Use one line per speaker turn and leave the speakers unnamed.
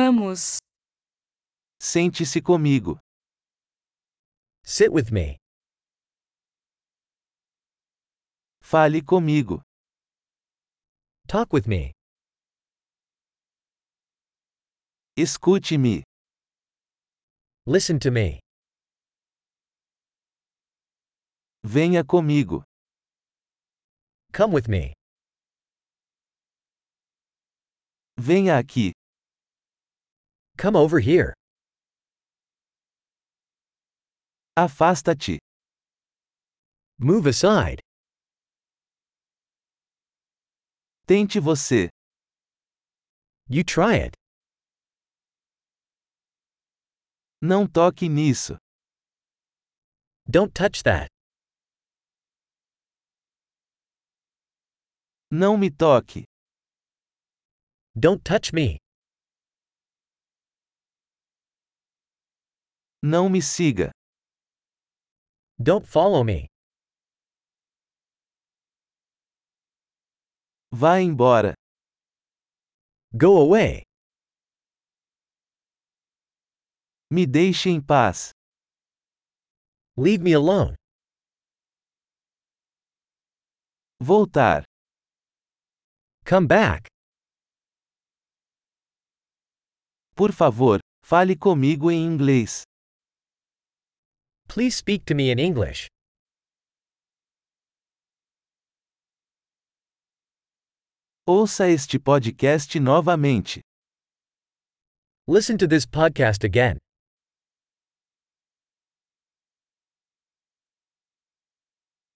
Vamos.
Sente-se comigo.
Sit with me.
Fale comigo.
Talk with me.
Escute-me.
Listen to me.
Venha comigo.
Come with me.
Venha aqui.
Come over here.
Afasta-te.
Move aside.
Tente você.
You try it.
Não toque nisso.
Don't touch that.
Não me toque.
Don't touch me.
Não me siga.
Don't follow me.
Vá embora.
Go away.
Me deixe em paz.
Leave me alone.
Voltar.
Come back.
Por favor, fale comigo em inglês.
Please speak to me in English.
Ouça este podcast novamente.
Listen to this podcast again.